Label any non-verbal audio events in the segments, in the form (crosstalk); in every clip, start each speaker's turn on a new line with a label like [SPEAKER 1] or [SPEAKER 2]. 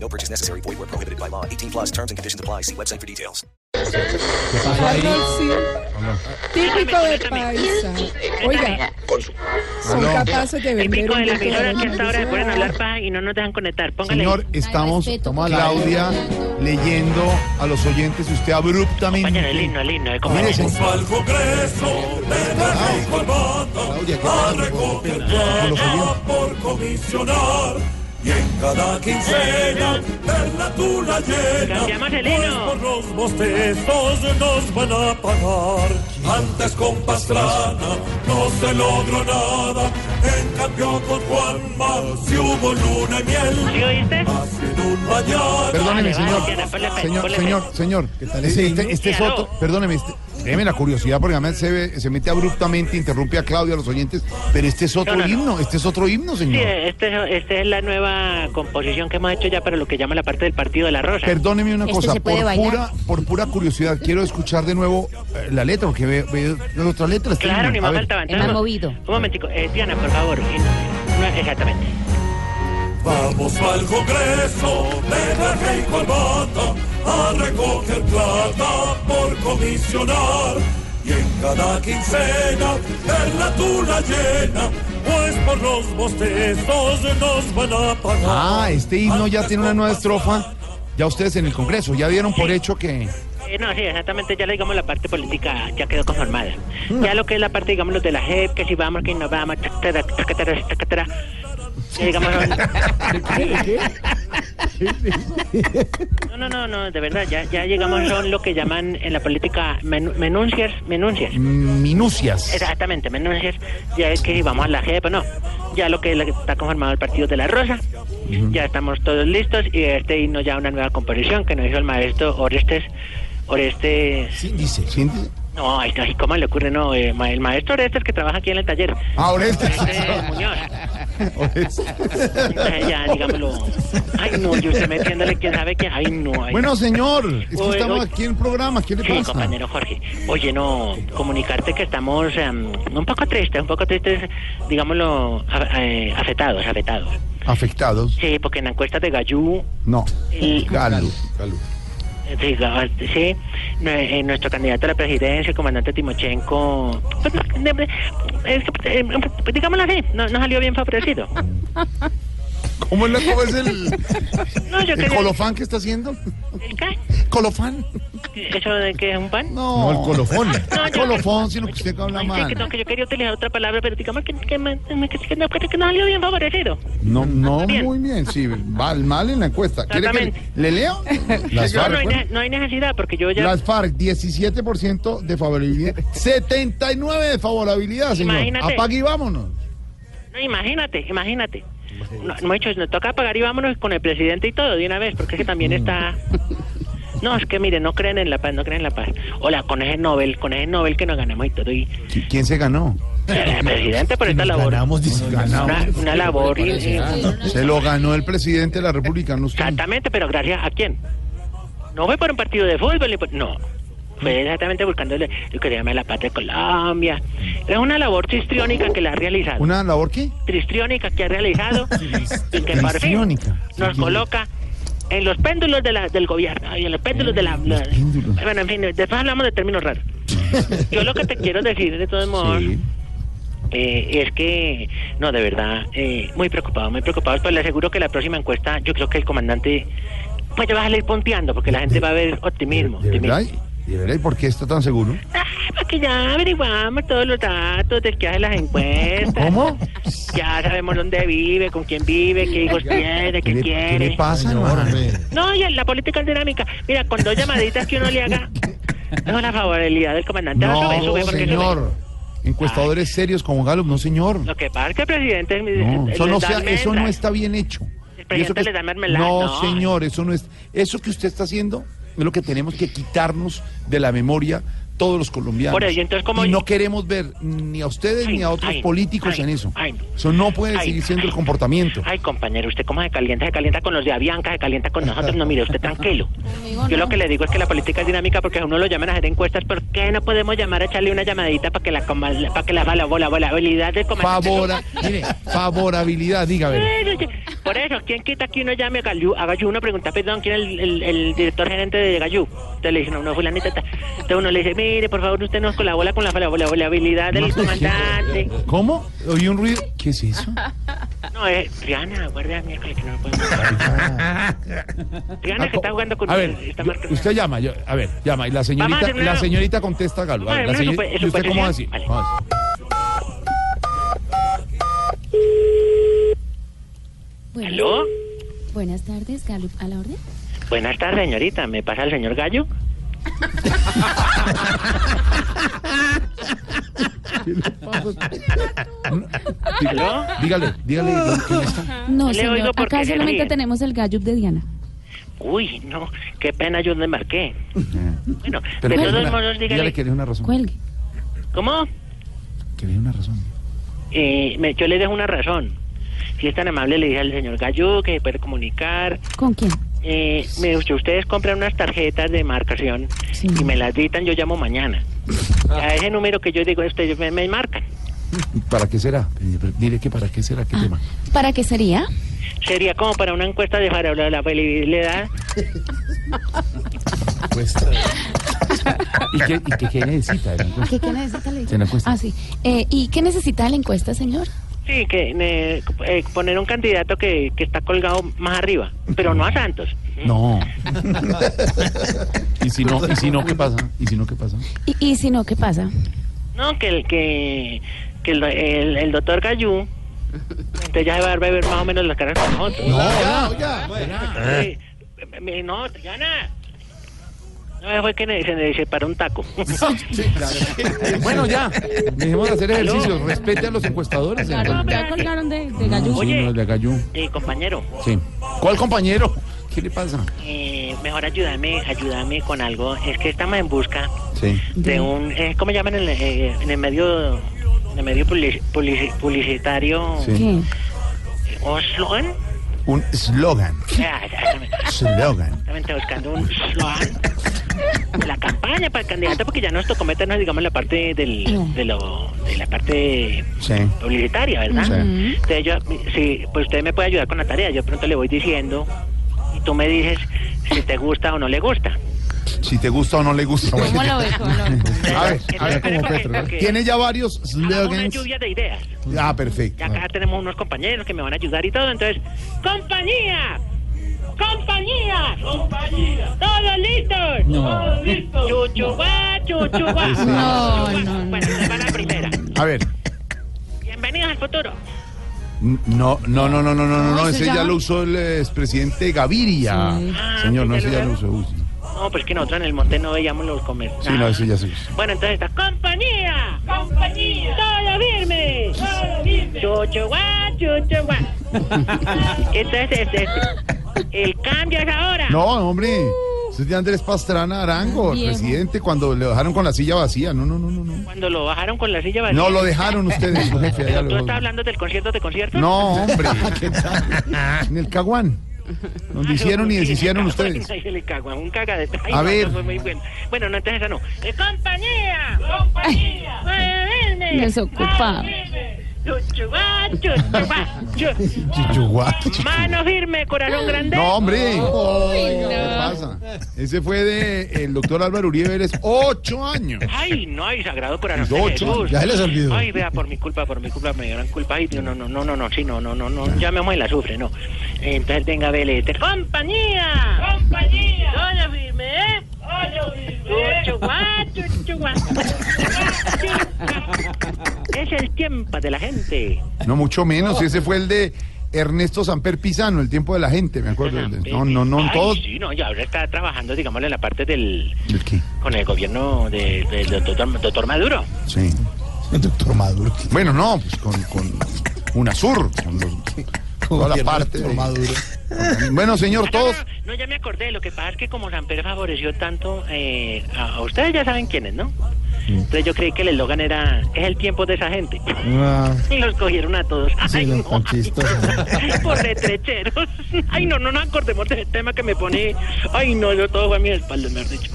[SPEAKER 1] No purchase necessary. Void where prohibited by law. 18 plus terms and conditions apply. See website for details.
[SPEAKER 2] ¿Qué pasó ahí?
[SPEAKER 3] Sí, típico de paisa. Oiga, son
[SPEAKER 2] Aló.
[SPEAKER 3] capaces de
[SPEAKER 4] El
[SPEAKER 3] vender
[SPEAKER 4] pico
[SPEAKER 3] un
[SPEAKER 4] de la
[SPEAKER 3] gusto
[SPEAKER 4] emisora
[SPEAKER 3] de
[SPEAKER 4] que hasta ahora se ponen a hablar pa y no nos dejan conectar. Póngale.
[SPEAKER 2] Señor, estamos, Claudia, leyendo a los oyentes. Usted
[SPEAKER 4] Compañero,
[SPEAKER 2] abruptamente.
[SPEAKER 4] el himno, el himno. eh, compañero.
[SPEAKER 2] Mire, señor,
[SPEAKER 5] Al Congreso de traje y corbata
[SPEAKER 2] Claudia, ¿qué
[SPEAKER 5] a
[SPEAKER 2] pasa con- con los
[SPEAKER 5] recoger
[SPEAKER 2] oyentes?
[SPEAKER 5] por comisionar y en cada quincena ver la tula llena
[SPEAKER 4] Cambiamos el
[SPEAKER 5] pues
[SPEAKER 4] himno.
[SPEAKER 5] por los bostezos nos van a pagar antes con Pastrana no se logró nada en cambio con Juanma si hubo luna y
[SPEAKER 4] ¿Sí
[SPEAKER 5] miel
[SPEAKER 4] oíste?
[SPEAKER 5] más en un mañana
[SPEAKER 2] Perdóneme,
[SPEAKER 4] Vale, vale,
[SPEAKER 2] señor.
[SPEAKER 4] Diana, ponle play,
[SPEAKER 2] Señor,
[SPEAKER 4] ponle
[SPEAKER 2] señor, señor. ¿Qué tal? Este, este- este es
[SPEAKER 4] Aló.
[SPEAKER 2] otro. Perdóneme, este- déjeme la curiosidad porque además se, ve- se mete abruptamente, interrumpe a Claudia, a los oyentes. Pero este es otro
[SPEAKER 4] No, no, no.
[SPEAKER 2] himno, este es otro himno,
[SPEAKER 4] Sí,
[SPEAKER 2] señor.
[SPEAKER 4] este es- esta es la nueva composición que hemos hecho ya para lo que llama la parte del partido de la rosa.
[SPEAKER 2] Perdóneme una
[SPEAKER 6] Este
[SPEAKER 2] cosa,
[SPEAKER 6] se puede
[SPEAKER 2] por
[SPEAKER 6] bailar.
[SPEAKER 2] pura, por pura curiosidad, quiero escuchar de nuevo eh, la letra, porque veo, veo otra letra. este
[SPEAKER 4] Claro,
[SPEAKER 2] himno.
[SPEAKER 4] ni
[SPEAKER 2] A
[SPEAKER 4] más
[SPEAKER 2] ver.
[SPEAKER 4] faltaba.
[SPEAKER 6] Me ha movido.
[SPEAKER 4] Un momentico. Eh, Diana, por favor. himno. No, exactamente.
[SPEAKER 5] Vamos al Congreso de traje y corbata a recoger plata por comisionar y en cada quincena ver la tula llena, pues por los bostezos nos van a pagar.
[SPEAKER 2] Ah, este himno ya tiene una nueva estrofa. Ya ustedes en el Congreso ya dieron por hecho que.
[SPEAKER 4] Eh, no, sí, exactamente. Ya le digamos la parte política, ya quedó conformada. Ya lo que es la parte, digamos, los de la JEP, que si vamos, que no vamos, tacatara, tacatara, tacatara. Ya digamos. No, no, no, no, de verdad, ya, ya llegamos son lo que llaman en la política men- menuncias, menuncias.
[SPEAKER 2] mm, Minucias.
[SPEAKER 4] Exactamente, menuncias, ya es que si vamos a la JEP, no. Ya lo que es la- está conformado el partido de la Rosa, ya estamos todos listos y este himno ya una nueva composición que nos hizo el maestro Orestes. Orestes
[SPEAKER 2] Síndice. Síndice.
[SPEAKER 4] no, ay, ay, ¿cómo le ocurre? No, eh, ma- el maestro Orestes que trabaja aquí en el taller.
[SPEAKER 2] Ah, Orestes.
[SPEAKER 4] Orestes Eh,
[SPEAKER 2] (laughs)
[SPEAKER 4] Muñoz.
[SPEAKER 2] Orestes.
[SPEAKER 4] Entonces ya, digámoslo. Ay, no, yo usted metiéndole quién sabe qué. Ay, no. ay.
[SPEAKER 2] Bueno, señor, es que
[SPEAKER 4] Oye,
[SPEAKER 2] estamos
[SPEAKER 4] oye.
[SPEAKER 2] aquí en el programa, ¿qué le
[SPEAKER 4] Sí,
[SPEAKER 2] pasa?
[SPEAKER 4] compañero Jorge. Oye, no, comunicarte que estamos em, un poco tristes, un poco tristes, digámoslo, a- eh, afetados, afetados.
[SPEAKER 2] Afectados.
[SPEAKER 4] Sí, porque en la encuesta de Gallú,
[SPEAKER 2] No.
[SPEAKER 4] el-
[SPEAKER 2] Galo.
[SPEAKER 4] eh, diga- sí, nue- eh, nuestro candidato a la presidencia, el comandante Timochenko, pues, no, eh, es que, eh, pues, digámoslo así, no, no salió bien favorecido.
[SPEAKER 2] (laughs) ¿Cómo es, la- cómo es el,
[SPEAKER 4] No, yo
[SPEAKER 2] el
[SPEAKER 4] quería-
[SPEAKER 2] colofán que está haciendo?
[SPEAKER 4] ¿El qué?
[SPEAKER 2] ¿Colofán?
[SPEAKER 4] ¿Eso de que es un pan?
[SPEAKER 2] No, el colofón.
[SPEAKER 4] No, yo-
[SPEAKER 2] colofón, sino que usted habla
[SPEAKER 4] Ay, sí, que no,
[SPEAKER 2] mal.
[SPEAKER 4] que yo quería utilizar otra palabra, pero digamos que, que, me- me- que, que no, pues, que no salió bien favorecido.
[SPEAKER 2] No, no,
[SPEAKER 4] Bien.
[SPEAKER 2] muy bien, sí, va mal en la encuesta. ¿Quiere que le,
[SPEAKER 4] Exactamente.
[SPEAKER 2] le
[SPEAKER 4] (laughs)
[SPEAKER 2] leo? Las
[SPEAKER 4] No, no,
[SPEAKER 2] FARC,
[SPEAKER 4] hay,
[SPEAKER 2] bueno.
[SPEAKER 4] ne- no hay necesidad, porque yo ya...
[SPEAKER 2] Las FARC, 17% de favorabilidad. 79% de favorabilidad, señor.
[SPEAKER 4] Imagínate.
[SPEAKER 2] Apague y vámonos.
[SPEAKER 4] No, imagínate, imagínate. No, no, hecho, nos toca pagar y vámonos con el presidente y todo de una vez, porque es que también está... No, es que mire, no creen en la paz, no creen en la paz. Hola, con ese Nobel, con ese Nobel que nos ganamos y todo. Y
[SPEAKER 2] ¿Qui- ¿Quién se ganó?
[SPEAKER 4] el presidente por esta labor.
[SPEAKER 2] dice.
[SPEAKER 4] Una,
[SPEAKER 2] Ganamos.
[SPEAKER 4] una labor. eh, y- y-
[SPEAKER 2] Se lo ganó el presidente de la República, no usted.
[SPEAKER 4] Exactamente, pero gracias a quién? No fue por un partido de fútbol, ni por- no. Fue exactamente buscando el- lo que se llama la paz de Colombia. Es una labor tristriónica que la ha realizado.
[SPEAKER 2] ¿Una labor qué?
[SPEAKER 4] Tristriónica que
[SPEAKER 2] (laughs)
[SPEAKER 4] ha realizado y que por fin
[SPEAKER 2] Tristriónica. Sí,
[SPEAKER 4] nos
[SPEAKER 2] sí.
[SPEAKER 4] coloca en los péndulos de la- del gobierno y en los péndulos de la... la-
[SPEAKER 2] péndulos.
[SPEAKER 4] Bueno, en fin, después hablamos de términos raros. Yo lo que te quiero decir, de todos modos, eh, es que, no, de verdad, eh, muy preocupado, muy preocupado. Pero le aseguro que la próxima encuesta, yo creo que el comandante, pues ya va a salir ponteando, porque la gente va a ver optimismo.
[SPEAKER 2] ¿De verdad?
[SPEAKER 4] optimismo.
[SPEAKER 2] ¿De verdad? ¿Y por qué está tan seguro?
[SPEAKER 4] Ah, porque ya averiguamos todos los datos del que
[SPEAKER 2] (laughs)
[SPEAKER 4] hace las encuestas.
[SPEAKER 2] ¿Cómo?
[SPEAKER 4] Ya sabemos dónde vive, con quién vive, qué hijos tiene,
[SPEAKER 2] ¿Qué
[SPEAKER 4] qué
[SPEAKER 2] le, qué
[SPEAKER 4] quiere.
[SPEAKER 2] le pasa, hermano?
[SPEAKER 4] No, y en la política es dinámica. Mira, con dos llamaditas que uno
[SPEAKER 2] (laughs)
[SPEAKER 4] le haga, es una favorabilidad del comandante. Ah, sube, sube,
[SPEAKER 2] No,
[SPEAKER 4] porque sube.
[SPEAKER 2] señor. Encuestadores serios como Gallup, no, señor.
[SPEAKER 4] Lo que pasa es que el presidente...
[SPEAKER 2] No,
[SPEAKER 4] le
[SPEAKER 2] eso no,
[SPEAKER 4] da
[SPEAKER 2] sea- eso no
[SPEAKER 4] almendras.
[SPEAKER 2] está bien hecho.
[SPEAKER 4] El presidente
[SPEAKER 2] Y eso que-
[SPEAKER 4] le da mermelada,
[SPEAKER 2] No,
[SPEAKER 4] no.
[SPEAKER 2] señor, eso no es. Eso que usted está haciendo es lo que tenemos que quitarnos de la memoria todos los colombianos.
[SPEAKER 4] Por eso, entonces, ¿cómo-
[SPEAKER 2] Y no queremos ver ni a ustedes
[SPEAKER 4] Ay,
[SPEAKER 2] ni a otros
[SPEAKER 4] ay,
[SPEAKER 2] políticos
[SPEAKER 4] ay,
[SPEAKER 2] en eso.
[SPEAKER 4] ay.
[SPEAKER 2] Eso no puede
[SPEAKER 4] Ay,
[SPEAKER 2] seguir siendo
[SPEAKER 4] ay.
[SPEAKER 2] el comportamiento.
[SPEAKER 4] Ay, compañero, usted cómo se calienta, se calienta con los de Avianca, se calienta con nosotros. No, mire, usted tranquilo. Yo lo que le digo es que la política es dinámica porque a uno lo llaman a hacer encuestas. ¿Por qué no podemos llamar a echarle una llamadita para que la coma- para que la, la, la habilidad del comandante...
[SPEAKER 2] Favora, mire, favorabilidad, dígame.
[SPEAKER 4] Bueno, sí. Por eso, ¿quién quita que uno llame a Gallú? A Gallú uno pregunta, perdón, ¿quién es el, el- el director gerente de Gallú? Entonces le dicen, no, no, fulanita. ta. Entonces uno le dice, mire, por favor, usted nos colabora con la habilidad del comandante.
[SPEAKER 2] ¿Cómo? Oí un ruido. ¿Qué es eso?
[SPEAKER 4] No, es Rihanna, guarda a miércoles que no lo podemos
[SPEAKER 2] (laughs)
[SPEAKER 4] Rihanna que está jugando con
[SPEAKER 2] A ver,
[SPEAKER 4] esta
[SPEAKER 2] yo-
[SPEAKER 4] marca.
[SPEAKER 2] usted llama, yo- a ver, llama y la señorita,
[SPEAKER 4] hacer
[SPEAKER 2] la
[SPEAKER 4] una-
[SPEAKER 2] señorita contesta Galo. A ver,
[SPEAKER 4] Vamos a
[SPEAKER 2] la
[SPEAKER 4] hacer una
[SPEAKER 2] señor-
[SPEAKER 4] super-
[SPEAKER 2] ¿Y usted cómo va a decir?
[SPEAKER 4] supersesión. Vale.
[SPEAKER 2] Vamos a decir.
[SPEAKER 7] Bueno,
[SPEAKER 4] ¿Aló?
[SPEAKER 7] Buenas tardes, Galup, ¿a la orden?
[SPEAKER 4] Buenas tardes, señorita. ¿Me pasa el señor Gallo? ¿Aló?
[SPEAKER 2] Mm, Dígale, dígale. ¿quién está?
[SPEAKER 7] No,
[SPEAKER 4] le oigo
[SPEAKER 7] señor,
[SPEAKER 4] porque
[SPEAKER 7] acá
[SPEAKER 4] se
[SPEAKER 7] solamente
[SPEAKER 4] ríe.
[SPEAKER 7] tenemos el Galup de Diana.
[SPEAKER 4] Uy, no, qué pena yo no embarqué. Bueno,
[SPEAKER 2] Pero
[SPEAKER 4] de
[SPEAKER 2] que
[SPEAKER 4] todos
[SPEAKER 2] una-
[SPEAKER 4] modos, dígale.
[SPEAKER 2] que le dé una razón.
[SPEAKER 7] Cuelgue.
[SPEAKER 4] ¿Cómo?
[SPEAKER 2] Que le dé una razón.
[SPEAKER 4] Eh, me- yo le dejo una razón. Si es tan amable, le dije al señor Gallo que se puede comunicar.
[SPEAKER 7] ¿Con quién?
[SPEAKER 4] Eh, me dijo, si ustedes compran unas tarjetas de marcación
[SPEAKER 7] Sí.
[SPEAKER 4] y me las dictan, yo llamo mañana. A ese número que yo digo, ustedes me, me marcan.
[SPEAKER 2] ¿Para qué será? Eh, Dile que para qué será, qué tema.
[SPEAKER 7] ¿Para qué sería?
[SPEAKER 4] Sería como para una encuesta de para la felicidad.
[SPEAKER 2] ¿Y qué, y qué, qué necesita? de la encuesta?
[SPEAKER 7] ¿Qué, qué necesita la
[SPEAKER 2] Se la encuesta.
[SPEAKER 7] Ah, sí. Eh, ¿Y qué necesita de la encuesta, señor?
[SPEAKER 4] Sí, que eh, eh, poner un candidato que, que está colgado más arriba, pero no a Santos.
[SPEAKER 2] No. ¿Y si no, y si no qué pasa? ¿Y si no qué pasa?
[SPEAKER 7] Y, y si no, ¿qué pasa?
[SPEAKER 4] No, que el que, que el, el- el doctor Gallú, entonces ya se va a beber más o menos las caras con nosotros.
[SPEAKER 2] No,
[SPEAKER 4] (laughs) Sí. Me- me- no, Triana. No, fue que ne- se me separó un taco. (laughs)
[SPEAKER 2] Bueno, ya. Dejemos de hacer ejercicios. Respete a los encuestadores. entonces.
[SPEAKER 7] ya colgaron de, de Galup.
[SPEAKER 2] Sí,
[SPEAKER 4] Oye.
[SPEAKER 2] no, de Gallú.
[SPEAKER 4] Eh, compañero,
[SPEAKER 2] Sí. ¿Cuál compañero? ¿Qué le pasa?
[SPEAKER 4] eh, mejor ayúdame, ayúdame con algo. Es que estamos en busca
[SPEAKER 2] Sí.
[SPEAKER 4] de un, eh, ¿cómo llaman en el, eh, en el medio, en el medio publici- publici- publicitario?
[SPEAKER 7] ¿Qué?
[SPEAKER 4] ¿Un slogan?
[SPEAKER 8] Un slogan.
[SPEAKER 4] Ah, exactamente.
[SPEAKER 8] Slogan.
[SPEAKER 4] Exactamente, buscando un slogan de la campaña para el candidato, porque ya nos tocó meternos, digamos, en la parte del, de, lo, de la parte
[SPEAKER 8] Sí.
[SPEAKER 4] publicitaria, ¿verdad? Entonces yo, sí, pues usted me puede ayudar con la tarea, yo pronto le voy diciendo y tú me dices si te gusta o no le gusta.
[SPEAKER 8] Si te gusta o no le gusta.
[SPEAKER 7] ¿Cómo lo ves? ¿Cómo lo ves?
[SPEAKER 8] (laughs) A ver, a ver
[SPEAKER 4] Espere,
[SPEAKER 8] cómo
[SPEAKER 4] porque-
[SPEAKER 8] Petro.
[SPEAKER 4] porque-
[SPEAKER 8] Tiene ya varios
[SPEAKER 7] Ah,
[SPEAKER 4] Hagamos Una
[SPEAKER 8] slogans.
[SPEAKER 4] lluvia de ideas.
[SPEAKER 8] Ah,
[SPEAKER 4] Y
[SPEAKER 8] perfecto.
[SPEAKER 4] acá tenemos unos compañeros que me van a ayudar y todo, entonces, compañía. ¡Compañía! ¡Compañía! ¡Todos listos! ¡Todos listos! ¡Chuchuá, chuchuá!
[SPEAKER 7] No,
[SPEAKER 4] Chuchuá.
[SPEAKER 7] no, no.
[SPEAKER 4] Bueno, se va la primera.
[SPEAKER 8] A ver.
[SPEAKER 4] Bienvenidos al futuro.
[SPEAKER 8] No, no, no, no, no, no, no,
[SPEAKER 7] No,
[SPEAKER 8] ese
[SPEAKER 7] ese
[SPEAKER 8] ya
[SPEAKER 7] ya-
[SPEAKER 8] lo usó el expresidente Gaviria.
[SPEAKER 7] Sí.
[SPEAKER 4] Ah,
[SPEAKER 8] Señor, no,
[SPEAKER 4] ¿ya
[SPEAKER 8] ese
[SPEAKER 4] lo
[SPEAKER 8] ya lo
[SPEAKER 4] veo?
[SPEAKER 8] usó. uy, sí.
[SPEAKER 4] No, pues que nosotros en el monte no veíamos los comercios.
[SPEAKER 7] Ah.
[SPEAKER 8] Sí, no, ese ya se usó.
[SPEAKER 4] Bueno, entonces está. ¡Compañía! ¡Compañía! ¡Todo firme! ¡Todo firme! ¡Chuchuá, chuchuá!
[SPEAKER 8] (laughs)
[SPEAKER 4] entonces, este, este, el cambio es ahora.
[SPEAKER 8] No, hombre. Ese es de Andrés Pastrana Arango, el
[SPEAKER 7] Viejo.
[SPEAKER 8] presidente, cuando le dejaron con la silla vacía. No, no, no, no. No,
[SPEAKER 4] Cuando lo bajaron con la silla vacía.
[SPEAKER 8] no lo dejaron ustedes, su jefe. allá lo
[SPEAKER 4] ¿Pero tú
[SPEAKER 8] dejaron.
[SPEAKER 4] estás hablando Ah, del concierto de concierto?
[SPEAKER 8] No,
[SPEAKER 4] (laughs)
[SPEAKER 8] hombre. En el Caguán.
[SPEAKER 4] Ah,
[SPEAKER 8] Donde hicieron y deshicieron ustedes.
[SPEAKER 4] Ay, le cago, un cagadete. Ay,
[SPEAKER 8] A
[SPEAKER 4] no,
[SPEAKER 8] ver.
[SPEAKER 4] no fue muy bueno. Bueno, no, entonces esa no. Eh, compañía! ¡Compañía! ¡Bebeme!
[SPEAKER 7] Desocupado.
[SPEAKER 4] Chuchuá, chuchuá,
[SPEAKER 8] (laughs)
[SPEAKER 4] chu-
[SPEAKER 8] Chichuguato.
[SPEAKER 4] Mano firme, corazón grande.
[SPEAKER 8] No, hombre. ¿Qué pasa? Ese fue de el doctor Álvaro Uribe Vélez, ocho años.
[SPEAKER 4] Ay, no, ay, sagrado corazón. de
[SPEAKER 8] Ocho,
[SPEAKER 4] Jesús.
[SPEAKER 8] ya se les olvidó.
[SPEAKER 4] Ay, vea, por mi culpa, por mi culpa, me dieron culpa. Ay, no, no, no, no, no, no, sí, no, no, no, no. Ya me amo y la sufre, no. Entonces, venga, vele. te- ¡Compañía! ¡Compañía! ¡Hola, firme, eh! ¡Hola, firme! Chuchuá, chuchuá. Es el tiempo de la gente.
[SPEAKER 8] No, mucho menos. Ese fue el de Ernesto Samper Pizano, el tiempo de la gente, me acuerdo. No, no, no,
[SPEAKER 4] Ay,
[SPEAKER 8] todos.
[SPEAKER 4] Sí, no, y ahora está trabajando, digámosle, en la parte del.
[SPEAKER 8] ¿El qué?
[SPEAKER 4] con el gobierno de- del doctor, doctor Maduro.
[SPEAKER 8] Sí.
[SPEAKER 9] El doctor Maduro.
[SPEAKER 8] Bueno, no, pues con, con UNASUR, con los
[SPEAKER 2] toda la parte. de- Bueno, señor, todos.
[SPEAKER 4] Ah, No, ya me acordé. Lo que pasa es que como San Pedro favoreció tanto eh, a, a ustedes, ya saben quiénes, ¿no? Entonces yo creí que el eslogan era, es el tiempo de esa gente. (laughs) Y los cogieron a todos.
[SPEAKER 9] Ah. Sí,
[SPEAKER 4] Ay,
[SPEAKER 9] no,
[SPEAKER 4] no,
[SPEAKER 9] tan chistoso.
[SPEAKER 4] ay, (laughs) por retrecheros. Ay, no, no nos acordemos de ese tema que me pone... Ay, no, yo todo fue a mi espalda, mejor dicho.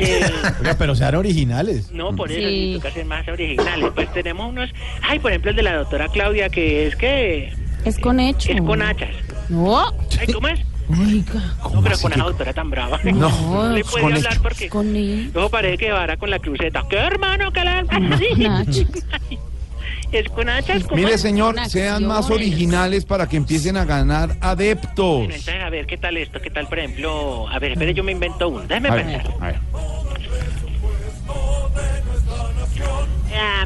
[SPEAKER 4] Eh,
[SPEAKER 9] Oiga, pero sean originales.
[SPEAKER 4] no, por eso,
[SPEAKER 7] Sí.
[SPEAKER 4] sí. toca ser más originales. Pues tenemos unos... Ay, por ejemplo, el de la doctora Claudia, que es que...
[SPEAKER 7] Es con hecho.
[SPEAKER 4] Es con hachas.
[SPEAKER 7] No.
[SPEAKER 4] Ay, ¿cómo es?
[SPEAKER 7] Oiga.
[SPEAKER 4] No, pero con una doctora tan brava. No, le
[SPEAKER 7] Oh, es
[SPEAKER 4] puede
[SPEAKER 7] con
[SPEAKER 4] hablar
[SPEAKER 7] hecho.
[SPEAKER 4] porque...
[SPEAKER 7] Con él.
[SPEAKER 4] Luego parece que vara con la cruceta. ¿Qué hermano que la
[SPEAKER 7] Nacho.
[SPEAKER 4] Es con hachas como.
[SPEAKER 2] Mire, señor,
[SPEAKER 7] Son
[SPEAKER 2] sean más
[SPEAKER 7] acciones.
[SPEAKER 2] originales para que empiecen a ganar adeptos.
[SPEAKER 4] Bueno, entonces, a ver, ¿qué tal esto? ¿Qué tal, por ejemplo? A ver, espere, yo me invento uno. Déjeme
[SPEAKER 2] A ver,
[SPEAKER 4] pensar.
[SPEAKER 2] a ver.
[SPEAKER 4] Ah,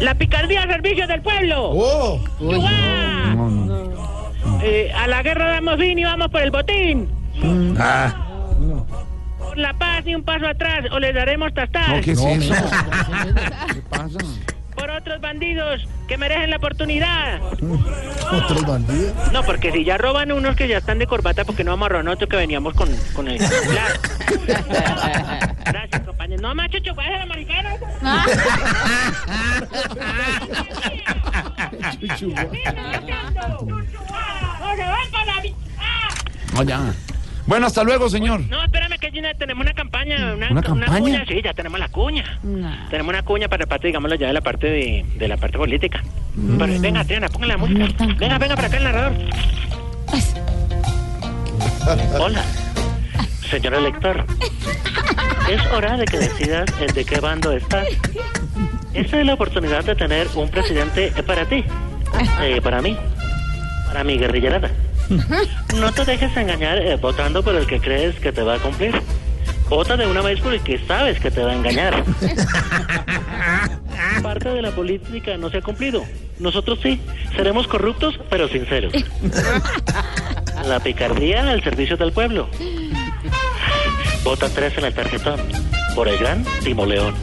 [SPEAKER 4] la picardía al servicio del pueblo.
[SPEAKER 2] ¡Oh!
[SPEAKER 4] ¡Guau!
[SPEAKER 2] No, no.
[SPEAKER 4] Eh, a la guerra damos fin y vamos por el botín.
[SPEAKER 2] Ah,
[SPEAKER 4] Por la paz ni un paso atrás o les daremos
[SPEAKER 2] no,
[SPEAKER 4] tastar.
[SPEAKER 2] ¿qué es eso? (laughs)
[SPEAKER 4] Por otros bandidos que merecen la oportunidad.
[SPEAKER 9] Otros bandidos.
[SPEAKER 4] No, porque si ya roban unos que ya están de corbata, porque no amarró nosotros que veníamos con, con el celular. Gracias, compañero. No, macho, chupada la maricana. No se van para mi- ¡Ah!
[SPEAKER 2] No, ya. Bueno, hasta luego, señor.
[SPEAKER 4] No, espérame que ya tenemos una campaña. Una,
[SPEAKER 2] ¿Una campaña?
[SPEAKER 4] cuña, sí, ya tenemos la cuña.
[SPEAKER 7] Nah.
[SPEAKER 4] Tenemos una cuña para parte, digámoslo ya de la parte de, de la parte política.
[SPEAKER 2] Mm.
[SPEAKER 4] Pero, venga, Triana, pongan la música. Venga, venga para acá el narrador.
[SPEAKER 7] Pues,
[SPEAKER 4] Hola, señor elector. Es hora de que decidas eh, de qué bando estás. Esta es la oportunidad de tener un presidente eh, para ti, eh, para mí, para mi guerrillerada. No te dejes engañar eh, votando por el que crees que te va a cumplir. Vota de una vez por el que sabes que te va a engañar. Parte de la política no se ha cumplido. Nosotros sí, seremos corruptos pero sinceros. La picardía al servicio del pueblo. Vota tres en el tarjetón. Por el gran Timoleón.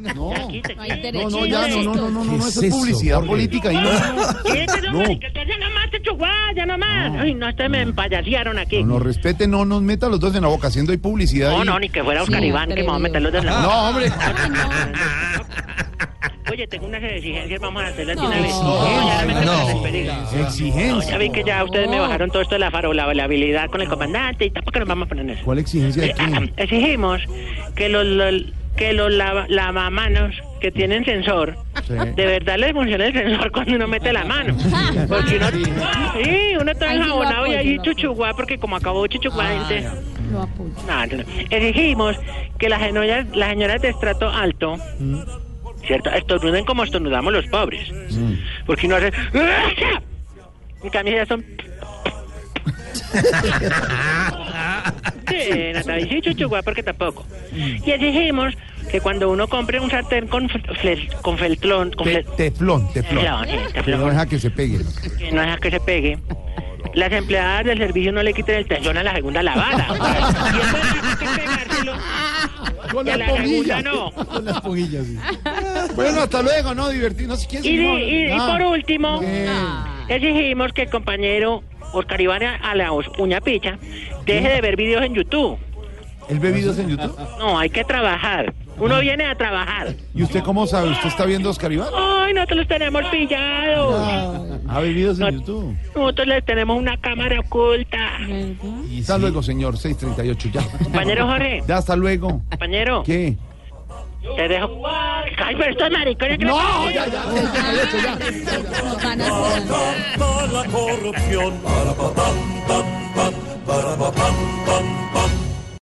[SPEAKER 2] No,
[SPEAKER 7] no hay
[SPEAKER 2] no,
[SPEAKER 7] derecho.
[SPEAKER 2] no, ya, no, no, no, no, no,
[SPEAKER 9] ¿Qué
[SPEAKER 2] no,
[SPEAKER 9] es
[SPEAKER 2] eso es
[SPEAKER 9] eso,
[SPEAKER 2] publicidad
[SPEAKER 9] Jorge?
[SPEAKER 2] política. ahí no, no. No.
[SPEAKER 4] Ya nomás, Chihuahua, ya nomás. Ay, no, ustedes me empayasearon aquí.
[SPEAKER 2] No, no, respete, no nos meta los dos en la boca, haciendo ahí publicidad.
[SPEAKER 4] No,
[SPEAKER 2] ahí.
[SPEAKER 4] no, ni que fuera Oscar
[SPEAKER 7] Sí,
[SPEAKER 4] Iván, que me voy a
[SPEAKER 7] atrevido.
[SPEAKER 4] meter los de la
[SPEAKER 2] No, hombre.
[SPEAKER 7] Ah,
[SPEAKER 4] Oye, tengo unas exigencias, vamos a hacerlas de
[SPEAKER 7] No.
[SPEAKER 4] una vez. No, ya me toca despedir. No,
[SPEAKER 2] Exigencia.
[SPEAKER 4] ya vi que ya ustedes me bajaron todo esto de la farola, con el comandante y tampoco nos vamos a poner en eso.
[SPEAKER 2] ¿Cuál exigencia de
[SPEAKER 4] (laughs)
[SPEAKER 2] quién?
[SPEAKER 4] exigimos que los, los- que los lava- lavamanos que tienen sensor
[SPEAKER 2] Sí.
[SPEAKER 4] de verdad les funciona el sensor (laughs) cuando uno mete la mano porque uno sí uno está
[SPEAKER 7] Ahí sí lo
[SPEAKER 4] enjabonado y
[SPEAKER 7] apoyo,
[SPEAKER 4] ahí
[SPEAKER 7] lo apoyo.
[SPEAKER 4] chuchuguá porque como acabó chuchuguá gente
[SPEAKER 7] Lo apoyo.
[SPEAKER 4] no, no, no. exigimos que las señoras las señoras de estrato alto cierto estornuden como estornudamos los pobres porque no hacen mi camisa son Sí, Natalia, sí, chuchuá, porque tampoco. Y exigimos que cuando uno compre un sartén con, fel- con feltrón, con
[SPEAKER 2] Te-
[SPEAKER 4] fel-
[SPEAKER 2] Teflón,
[SPEAKER 4] Teflón,
[SPEAKER 2] teflón.
[SPEAKER 4] sí,
[SPEAKER 2] Que no
[SPEAKER 4] teflón,
[SPEAKER 2] deja que se pegue.
[SPEAKER 4] que no deja que se pegue, las empleadas del servicio no le quiten el teflón a la
[SPEAKER 2] (laughs)
[SPEAKER 4] segunda lavada. Y eso hay que pegárselo,
[SPEAKER 2] (laughs) Con
[SPEAKER 4] y a la
[SPEAKER 2] (laughs)
[SPEAKER 4] segunda no.
[SPEAKER 9] Con las
[SPEAKER 4] (laughs)
[SPEAKER 9] pojillas, sí.
[SPEAKER 2] Bueno, hasta luego, no, divertirnos. si quieres,
[SPEAKER 4] Y,
[SPEAKER 2] no,
[SPEAKER 4] de- y- y
[SPEAKER 2] no.
[SPEAKER 4] por último,
[SPEAKER 2] Eh,
[SPEAKER 4] exigimos que el compañero Oscar Iván a la os- uña picha deje de ver videos en YouTube.
[SPEAKER 2] ¿El bebido es en YouTube?
[SPEAKER 4] No, hay que trabajar.
[SPEAKER 2] Ah.
[SPEAKER 4] Uno viene a trabajar.
[SPEAKER 2] ¿Y usted cómo sabe? ¿Usted está viendo Oscar Iván?
[SPEAKER 4] ¡Ay, nosotros los tenemos pillados!
[SPEAKER 2] ¿Ha bebido en
[SPEAKER 4] No.
[SPEAKER 2] YouTube?
[SPEAKER 4] Nosotros les tenemos una cámara oculta.
[SPEAKER 7] ¿Verdad?
[SPEAKER 2] Y hasta luego, señor, 638, ya.
[SPEAKER 4] Compañero Jorge,
[SPEAKER 2] Ya, hasta luego.
[SPEAKER 4] compañero,
[SPEAKER 2] ¿Qué?
[SPEAKER 4] te dejo. ¡Ay, pero estos maricones que
[SPEAKER 2] No, ya, ya, 638, ya.
[SPEAKER 7] Nos van a hacer.
[SPEAKER 5] Acaba la corrupción. Para pa pam pam pam, para pa pam pam